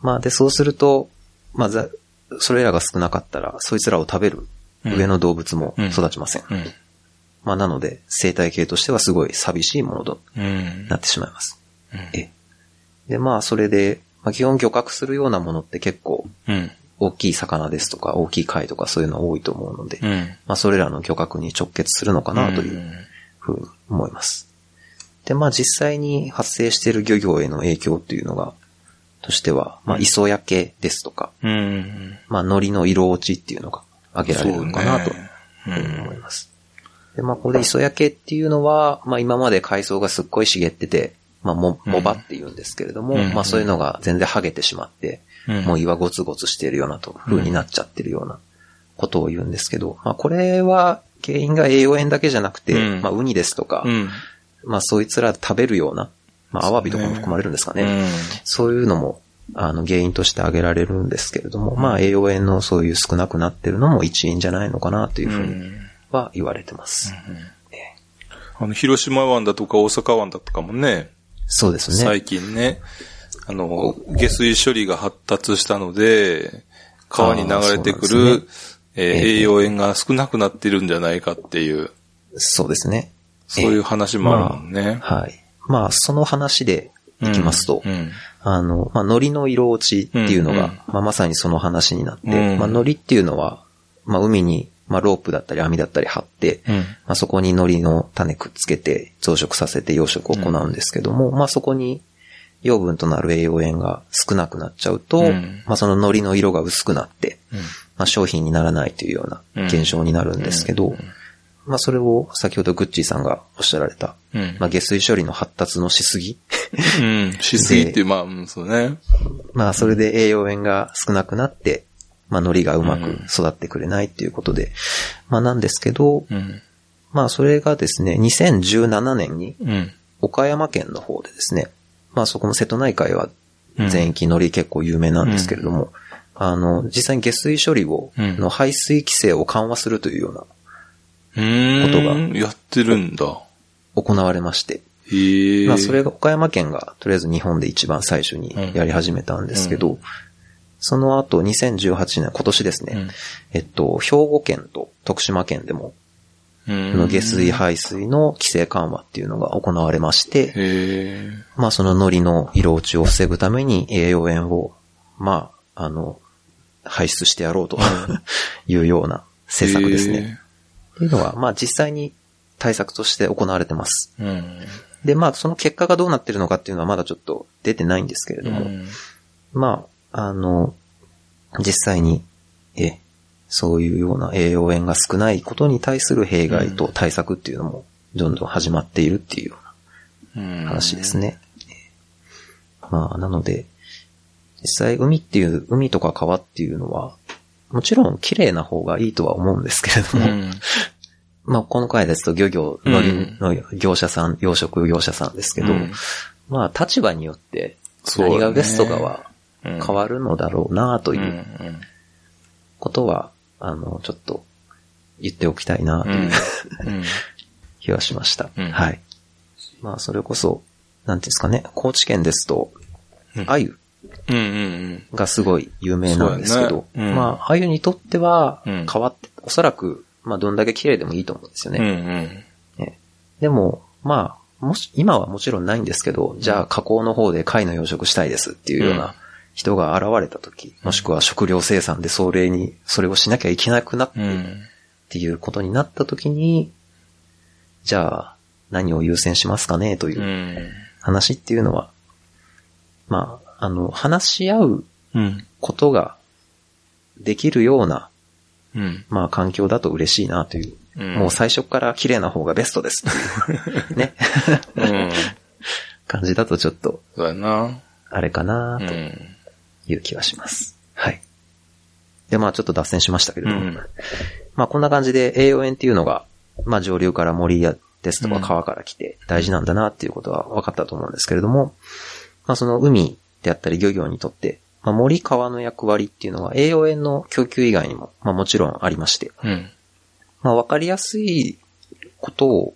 [SPEAKER 2] まあ、で、そうすると、まあ、ざそれらが少なかったら、そいつらを食べる上の動物も育ちません。
[SPEAKER 1] うん。
[SPEAKER 2] まあ、なので、生態系としてはすごい寂しいものと
[SPEAKER 1] うん。
[SPEAKER 2] なってしまいます。
[SPEAKER 1] うん
[SPEAKER 2] えで、まあ、それで、まあ、基本漁獲するようなものって結構
[SPEAKER 1] うん。
[SPEAKER 2] 大きい魚ですとか大きい貝とかそういうの多いと思うので、
[SPEAKER 1] うん。
[SPEAKER 2] まあ、それらの漁獲に直結するのかなというふうに思います。で、まあ実際に発生している漁業への影響っていうのが、としては、まあ
[SPEAKER 1] うん
[SPEAKER 2] 磯焼けですとか、
[SPEAKER 1] うん。うん。
[SPEAKER 2] まあ海苔の色落ちっていうのが挙げられるのかなと
[SPEAKER 1] そうねうん
[SPEAKER 2] 思います。で、まあここで磯焼けっていうのは、まあ今まで海藻がすっごい茂ってて、まあも、
[SPEAKER 1] うん
[SPEAKER 2] もばって言うんですけれども、
[SPEAKER 1] うん
[SPEAKER 2] まあそういうのが全然剥げてしまって、
[SPEAKER 1] うん
[SPEAKER 2] もう岩ゴツゴツしてるようなと、風になっちゃってるようなことを言うんですけど、まあこれは原因が栄養塩だけじゃなくて、
[SPEAKER 1] うん
[SPEAKER 2] まあウニですとか、
[SPEAKER 1] うん。
[SPEAKER 2] まあそいつら食べるような、まあアワビとか
[SPEAKER 1] そ
[SPEAKER 2] も
[SPEAKER 1] うね
[SPEAKER 2] 含まれるんですか
[SPEAKER 1] う
[SPEAKER 2] ね。
[SPEAKER 1] ん。
[SPEAKER 2] そういうのも、あの原因として挙げられるんですけれども、まあ栄養塩のそういう少なくなってるのも一因じゃないのかなというふうに
[SPEAKER 1] うん
[SPEAKER 2] は言われてます。え
[SPEAKER 1] あの、広島湾だとか大阪湾だとかもね、
[SPEAKER 2] そうですね。
[SPEAKER 1] 最近ね、あの、下水処理が発達したので、川に流れてく
[SPEAKER 2] あーそうなん
[SPEAKER 1] る、えー
[SPEAKER 2] ええ
[SPEAKER 1] 栄養塩が少なくなってるんじゃないかっていう、
[SPEAKER 2] そうですね。
[SPEAKER 1] そういう話もあるもんね。
[SPEAKER 2] はい。まあその話でいきますと、
[SPEAKER 1] うん
[SPEAKER 2] あの、まあ、海苔の色落ちっていうのが、
[SPEAKER 1] うんうん
[SPEAKER 2] まあ、まさにその話になって、
[SPEAKER 1] うん
[SPEAKER 2] まあ、海苔っていうのは、まあ、海に、まあ、ロープだったり網だったり張って、
[SPEAKER 1] うん
[SPEAKER 2] まあ、そこに海苔の種くっつけて増殖させて養殖を行うんですけども、まあ、そこに養分となる栄養塩が少なくなっちゃうと、
[SPEAKER 1] うん
[SPEAKER 2] まあ、その海苔の色が薄くなって、
[SPEAKER 1] うん
[SPEAKER 2] まあ、商品にならないというような現象になるんですけど、まあ、それを先ほどグッチーさんがおっしゃられた、
[SPEAKER 1] うん
[SPEAKER 2] まあ、下水処理の発達のしすぎ <laughs>
[SPEAKER 1] うん。しすぎって、まあ、うんそうね。
[SPEAKER 2] まあ、それで栄養塩が少なくなって、まあ、海苔がうま
[SPEAKER 1] う
[SPEAKER 2] く
[SPEAKER 1] ん
[SPEAKER 2] 育ってくれないっていうことで、まあ、なんですけど、
[SPEAKER 1] うん。
[SPEAKER 2] まあ、それがですね、2017年に
[SPEAKER 1] うん。
[SPEAKER 2] 岡山県の方でですね、まあ、そこの瀬戸内海は
[SPEAKER 1] うん
[SPEAKER 2] 全域海苔結構有名なんですけれども、あの、実際に下水処理を、
[SPEAKER 1] うん
[SPEAKER 2] の排水規制を緩和するというような、
[SPEAKER 1] うーん。
[SPEAKER 2] こ
[SPEAKER 1] やってるんだ。
[SPEAKER 2] 行われまして、
[SPEAKER 1] へえ。
[SPEAKER 2] まあ、それが岡山県がとりあえず日本で一番最初にやり始めたんですけど、
[SPEAKER 1] う
[SPEAKER 2] その後2018年、今年ですね、えっと、兵庫県と徳島県でも、
[SPEAKER 1] うん、
[SPEAKER 2] あの下水
[SPEAKER 1] は
[SPEAKER 2] 排水の規制緩和っていうのが行われまして、
[SPEAKER 1] へえ。
[SPEAKER 2] まあその海苔の色落ちを防ぐために栄養塩を、まあ、あの、排出してやろうというような政策ですね。っていうのは、まあ実際に対策として行われてます。
[SPEAKER 1] へえ。うん。
[SPEAKER 2] で、まあその結果がどうなってるのかっていうのはまだちょっと出てないんですけれども、まあ、あの、実際に、え、そういうような栄養塩が少ないことに対する弊害と対策っていうのも、どんどん始まっているっていうよ
[SPEAKER 1] うん
[SPEAKER 2] うな話です。ね。えまあ、なので、実際海っていう、海とか川っていうのは、もちろん綺麗な方がいいとは思うんですけれ
[SPEAKER 1] う
[SPEAKER 2] ども、
[SPEAKER 1] ん。
[SPEAKER 2] まあ、この回ですと漁業のりの業者さん、養殖業者さんですけど、
[SPEAKER 1] うん
[SPEAKER 2] まあ、立場によって、
[SPEAKER 1] そうだね
[SPEAKER 2] 何がベストかは
[SPEAKER 1] 変
[SPEAKER 2] 変わるのだろうなと
[SPEAKER 1] る
[SPEAKER 2] いう
[SPEAKER 1] うん。
[SPEAKER 2] ことは、あの、ちょっと言っておきたいなと
[SPEAKER 1] う
[SPEAKER 2] い
[SPEAKER 1] ん
[SPEAKER 2] う気はしました。
[SPEAKER 1] うん
[SPEAKER 2] はい。まあ、それこそ、なんていうんですかね、高知県ですと
[SPEAKER 1] う、ん
[SPEAKER 2] 鮎
[SPEAKER 1] うんうん
[SPEAKER 2] がすごい有名なんですけど、
[SPEAKER 1] そうやねうん
[SPEAKER 2] まあ、鮎にとっては、
[SPEAKER 1] うん
[SPEAKER 2] 変わって、おそらく、まあ、どんだけ綺麗でもいいと思うんですよ
[SPEAKER 1] うん。うん
[SPEAKER 2] ね。
[SPEAKER 1] うん。
[SPEAKER 2] でも、まあ、もし、今はもちろんないんですけど、じゃあ、加工の方で貝の養殖したいですっていうよう
[SPEAKER 1] うん
[SPEAKER 2] な人が現れた時、もしくは食料生産でそれに、それをしなきゃいけなくなって、
[SPEAKER 1] うん。。
[SPEAKER 2] っていうことになった時に、じゃあ、何を優先しますかねといううん話っていうのは、まあ、あの、話し合う
[SPEAKER 1] うん。
[SPEAKER 2] ことができるような、
[SPEAKER 1] うん。
[SPEAKER 2] まあ、環境だと嬉しいなという。
[SPEAKER 1] うん
[SPEAKER 2] もう最初から綺麗な方がベスト
[SPEAKER 1] <laughs>
[SPEAKER 2] ですっていうね、
[SPEAKER 1] うん。
[SPEAKER 2] 感じだとちょっと、
[SPEAKER 1] そうやな。
[SPEAKER 2] あれかな
[SPEAKER 1] う
[SPEAKER 2] と
[SPEAKER 1] ん。
[SPEAKER 2] いう気はします。はい。で、まあ、ちょっと脱線しましたけれども、
[SPEAKER 1] うん
[SPEAKER 2] まあ、こんな感じで栄養塩っていうのが、まあ、上流から森やですとか
[SPEAKER 1] うん
[SPEAKER 2] 川から来て大事なんだなっていうことは分かったと思うんですけれども、まあ、その海であったり漁業にとって、まあ、森川の役割っていうのは栄養塩の供給以外にも、まあ、もちろんありまして、
[SPEAKER 1] うん。
[SPEAKER 2] まあ、分かりやすいことを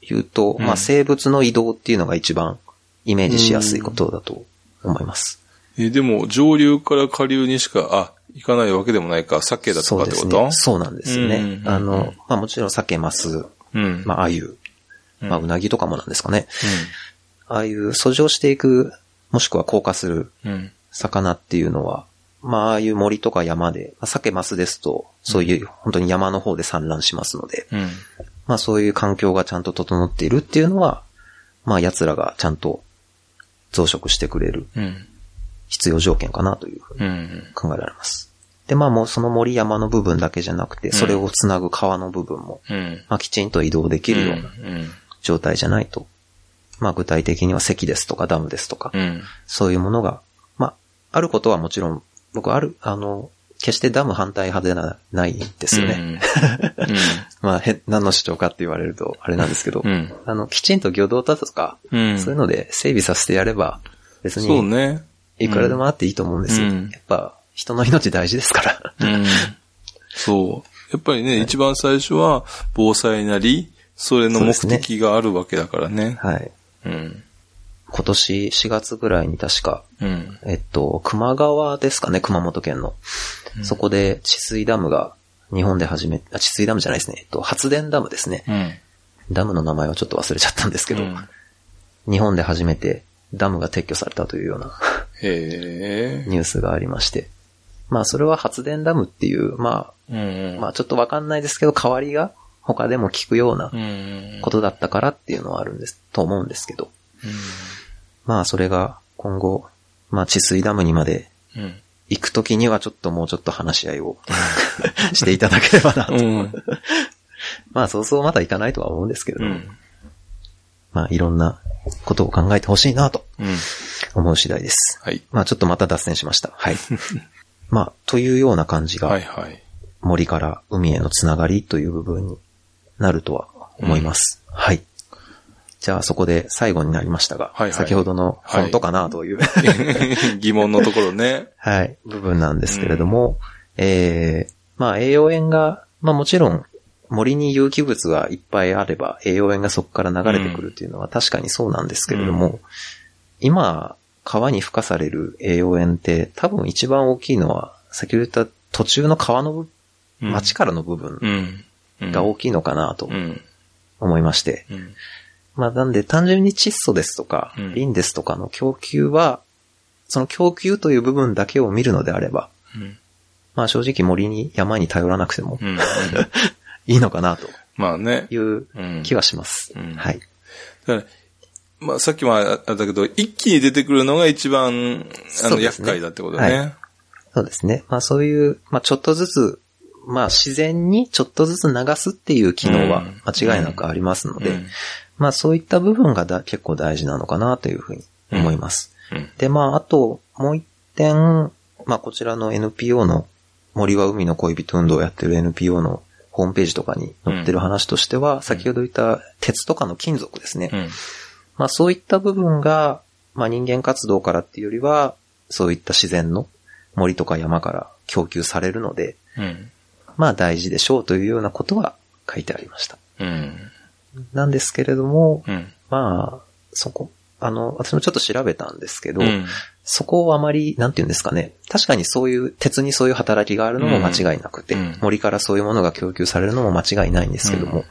[SPEAKER 2] 言うと、
[SPEAKER 1] うん
[SPEAKER 2] まあ、生物の移動っていうのが一番イメージしやすいことだと思います。
[SPEAKER 1] え、でも、上流から下流にしか、あ、行かないわけでもないか、鮭だと
[SPEAKER 2] そ
[SPEAKER 1] か
[SPEAKER 2] う
[SPEAKER 1] ってこ
[SPEAKER 2] です
[SPEAKER 1] と
[SPEAKER 2] ね。そうなんですよね。
[SPEAKER 1] うんうんうん
[SPEAKER 2] あの、まあもちろん鮭、マス、
[SPEAKER 1] うん。
[SPEAKER 2] まあ鮎、まあうなぎとかもなんですかね。
[SPEAKER 1] う
[SPEAKER 2] ああいう遡上していく、もしくは降下する
[SPEAKER 1] ん。うん。
[SPEAKER 2] 魚っていうのは、まあああいう森とか山で、まあ、鮭、マスですと、そういう本当に山の方で産卵しますので、
[SPEAKER 1] うん。
[SPEAKER 2] まあそういう環境がちゃんと整っているっていうのは、まあ奴らがちゃんと増殖してくれる
[SPEAKER 1] うん。
[SPEAKER 2] 必要条件かなというふうに
[SPEAKER 1] うん。
[SPEAKER 2] 考えられます。で、まあもうその森山の部分だけじゃなくて、それをつなぐ川の部分も、
[SPEAKER 1] うん。
[SPEAKER 2] まあきちんと移動できるような
[SPEAKER 1] うん。
[SPEAKER 2] 状態じゃないと、まあ具体的には堰ですとかダムですとか、
[SPEAKER 1] うん。
[SPEAKER 2] そういうものが、まあ、あることはもちろん、僕ある、あの、決してダム反対派ではないんですよね。まあ、へ何の主張かって言われるとあれなんですけど、
[SPEAKER 1] うん。うん。
[SPEAKER 2] あの、きちんと魚道だとか、
[SPEAKER 1] うん。
[SPEAKER 2] そういうので整備させてやれば、別
[SPEAKER 1] そう
[SPEAKER 2] に
[SPEAKER 1] ね。
[SPEAKER 2] いくらでもあっていいと思うんですよ。
[SPEAKER 1] うん
[SPEAKER 2] やっぱ、人の命大事ですから。 <laughs>
[SPEAKER 1] うん。そう。やっぱりね、一番最初は防災なり、それの目的があるわけだからね。
[SPEAKER 2] はい。
[SPEAKER 1] うん。
[SPEAKER 2] 今年4月ぐらいに確か、
[SPEAKER 1] うん。
[SPEAKER 2] えっと、熊川ですかね、熊本県の。そこで、治水ダムが、日本で始め、あ、治水ダムじゃないですね。えっと、発電ダムですね。
[SPEAKER 1] うん。
[SPEAKER 2] ダムの名前はちょっと忘れちゃったんですけど、
[SPEAKER 1] うん
[SPEAKER 2] 日本で初めてダムが撤去されたというような <laughs>
[SPEAKER 1] へえ。
[SPEAKER 2] ニュースがありまして。まあ、それは発電ダムっていう、ま
[SPEAKER 1] うん
[SPEAKER 2] あ、
[SPEAKER 1] うん。
[SPEAKER 2] まあ、ちょっとわかんないですけど、代わりが他でも聞くような
[SPEAKER 1] うん。
[SPEAKER 2] ことだったからっていうのはあるんです、と思うんですけど。まあ、それが今後、まあ、治水ダムにまで
[SPEAKER 1] うん。
[SPEAKER 2] 行くときにはちょっともうちょっと話し合いを <laughs> していただければなと。
[SPEAKER 1] うん。
[SPEAKER 2] まあそうそうまだ行かないとは思うんですけれ
[SPEAKER 1] う
[SPEAKER 2] ども、
[SPEAKER 1] ん。
[SPEAKER 2] まあいろんなことを考えてほしいなと
[SPEAKER 1] うん。
[SPEAKER 2] 思う次第です。
[SPEAKER 1] はい。
[SPEAKER 2] まあちょっとまた脱線しました。
[SPEAKER 1] <laughs>
[SPEAKER 2] はい。まあというような感じ
[SPEAKER 1] は
[SPEAKER 2] が
[SPEAKER 1] いはい。
[SPEAKER 2] 森から海へのつながりという部分になるとは思います。はい。じゃあそこで最後になりましたが、
[SPEAKER 1] はいはい
[SPEAKER 2] 先ほどのフォントかなという、
[SPEAKER 1] 疑問のところね。
[SPEAKER 2] はい、部分なんですけれども、ええまあ栄養塩が、まあもちろん森に有機物がいっぱいあれば栄養塩がそこから流れてくるっていうのは確かにそうなんですけれども、今、川に付加される栄養塩って多分一番大きいのは、先ほど言った途中の川の部、
[SPEAKER 1] うん
[SPEAKER 2] 町からの部分
[SPEAKER 1] うん。うん
[SPEAKER 2] が大きいのかなと
[SPEAKER 1] うん。
[SPEAKER 2] 思いまして。
[SPEAKER 1] うん。
[SPEAKER 2] まあなんで単純に窒素ですとか
[SPEAKER 1] うん、
[SPEAKER 2] リンですとかの供給は、その供給という部分だけを見るのであれば、
[SPEAKER 1] うん。
[SPEAKER 2] まあ正直森に山に頼らなくても
[SPEAKER 1] うん。
[SPEAKER 2] いいのかなと
[SPEAKER 1] まあね。
[SPEAKER 2] いう
[SPEAKER 1] うん。
[SPEAKER 2] 気はします。
[SPEAKER 1] うん
[SPEAKER 2] はい。
[SPEAKER 1] だから、まあ、さっきもあったけど、一気に出てくるのが一番、あ
[SPEAKER 2] そ
[SPEAKER 1] の、
[SPEAKER 2] うで
[SPEAKER 1] 厄
[SPEAKER 2] すね
[SPEAKER 1] 介だってことね。
[SPEAKER 2] そうですね。まあそういう、まあちょっとずつ、まあ自然にちょっとずつ流すっていう機能は
[SPEAKER 1] うん
[SPEAKER 2] 間違いなくありますので、
[SPEAKER 1] うん
[SPEAKER 2] まあそういった部分がだ結構大事なのかなというふうに思います。
[SPEAKER 1] うん
[SPEAKER 2] で、まああともう一点、まあこちらの NPO の森は海の恋人運動をやってる NPO のホームページとかに載ってる話としては、先ほど言った鉄とかの金属ですね。
[SPEAKER 1] うん。
[SPEAKER 2] まあそういった部分が、まあ人間活動からっていうよりは、そういった自然の森とか山から供給されるので、
[SPEAKER 1] うん。
[SPEAKER 2] まあ大事でしょうというようなことは書いてありました。
[SPEAKER 1] うん。
[SPEAKER 2] なんですけれども、
[SPEAKER 1] うん。
[SPEAKER 2] ままあ、そこ、あの、私もちょっと調べたんですけど、
[SPEAKER 1] うん。
[SPEAKER 2] そこをあまり、なんて言うんですかね。確かにそういう、鉄にそういう働きがあるのも間違いなくて、
[SPEAKER 1] うん
[SPEAKER 2] 森からそういうものが供給されるのも間違いないんですけども、
[SPEAKER 1] う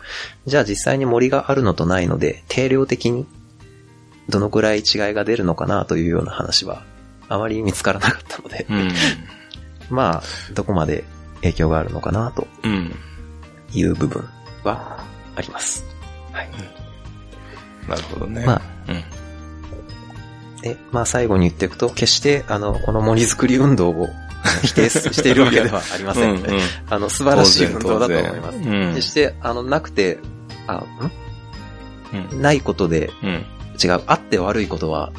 [SPEAKER 2] じゃあ実際に森があるのとないので、定量的にどのくらい違いが出るのかなというような話は、あまり見つからなかったので、
[SPEAKER 1] うん。
[SPEAKER 2] まあ、どこまで影響があるのかなと
[SPEAKER 1] うん。
[SPEAKER 2] いう部分はあります。はい。
[SPEAKER 1] なるほどね。
[SPEAKER 2] まあ
[SPEAKER 1] うん。
[SPEAKER 2] で、まあ最後に言っていくと、決して、あの、この森づくり運動を否定す
[SPEAKER 1] <laughs>
[SPEAKER 2] しているわけではありません。
[SPEAKER 1] うんうん
[SPEAKER 2] あの、素晴らしい運動だと思います。
[SPEAKER 1] 当然
[SPEAKER 2] 決して、あの、なくて、あ、
[SPEAKER 1] うん。うん
[SPEAKER 2] んないことで、
[SPEAKER 1] うん。
[SPEAKER 2] 違う、あって悪いことは、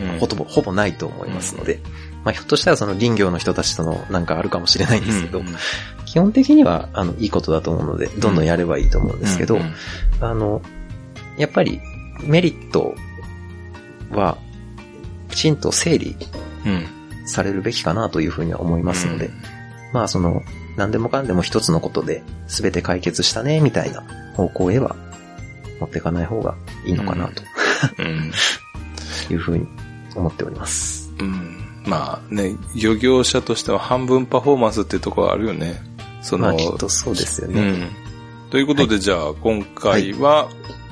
[SPEAKER 1] うん
[SPEAKER 2] ほとぼ、ほぼないと思いますので、まあ、ひょっとしたらその林業の人たちとのなんかあるかもしれないんですけど、
[SPEAKER 1] うんうん
[SPEAKER 2] 基本的には、あの、いいことだと思うので、どんどんやればいいと思うんですけ
[SPEAKER 1] う
[SPEAKER 2] ど、
[SPEAKER 1] んうん
[SPEAKER 2] あの、やっぱり、メリットは、きちんと整理
[SPEAKER 1] うん。
[SPEAKER 2] されるべきかなというふうには思いますので、まあその、何でもかんでも一つのことで全て解決したね、みたいな方向へは持っていかない方がいいのかな、と
[SPEAKER 1] うん。
[SPEAKER 2] いうふうに思っております。
[SPEAKER 1] うん。まあね、漁業者としては半分パフォーマンスってところあるよね。その、
[SPEAKER 2] まあきっとそうですよ
[SPEAKER 1] う
[SPEAKER 2] ね。
[SPEAKER 1] ん。ということで、じゃあ今回は、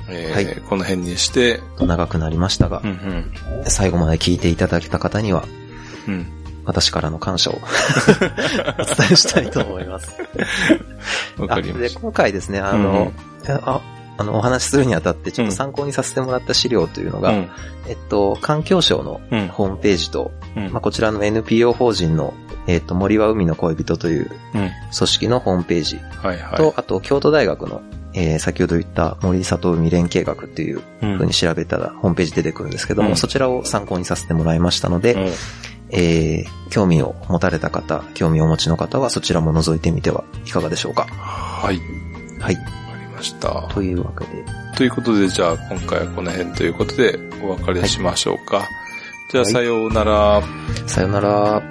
[SPEAKER 1] えー
[SPEAKER 2] はい
[SPEAKER 1] この辺にして、
[SPEAKER 2] 長くなりましたが、
[SPEAKER 1] ん
[SPEAKER 2] 最後まで聞いていただけた方には、
[SPEAKER 1] うん。うん。
[SPEAKER 2] 私からの感謝を <laughs> お伝えしたいと思います。
[SPEAKER 1] わかり
[SPEAKER 2] あ
[SPEAKER 1] ま
[SPEAKER 2] で、
[SPEAKER 1] した。
[SPEAKER 2] 今回ですね、あの、あ、あの、お話しするにあたって、ちょ
[SPEAKER 1] う
[SPEAKER 2] っ
[SPEAKER 1] ん
[SPEAKER 2] と参考にさせてもらった資料というの
[SPEAKER 1] う
[SPEAKER 2] が、
[SPEAKER 1] ん。
[SPEAKER 2] えっと、環境省の
[SPEAKER 1] うん。
[SPEAKER 2] ホームページと、
[SPEAKER 1] うん
[SPEAKER 2] まあ、こちらの NPO 法人の、えっ、と、森は海の恋人という
[SPEAKER 1] うん。
[SPEAKER 2] 組織のホームページ
[SPEAKER 1] はいはい。
[SPEAKER 2] と、あと、京都大学の、えー先ほど言った森里海連携学っていう
[SPEAKER 1] うん、
[SPEAKER 2] 風に調べたら、ホームページ出てくるんですけども、
[SPEAKER 1] うん
[SPEAKER 2] そちらを参考にさせてもらいましたので、えー興味を持たれた方、興味をお持ちの方は、そちらも覗いてみてはいかがでしょうか。
[SPEAKER 1] はい。
[SPEAKER 2] はい。
[SPEAKER 1] わかりました。
[SPEAKER 2] というわけで、
[SPEAKER 1] ということで、じゃあ今回はこの辺ということでお別れしましょうか。じゃあ、
[SPEAKER 2] はい
[SPEAKER 1] さようなら。
[SPEAKER 2] さよなら。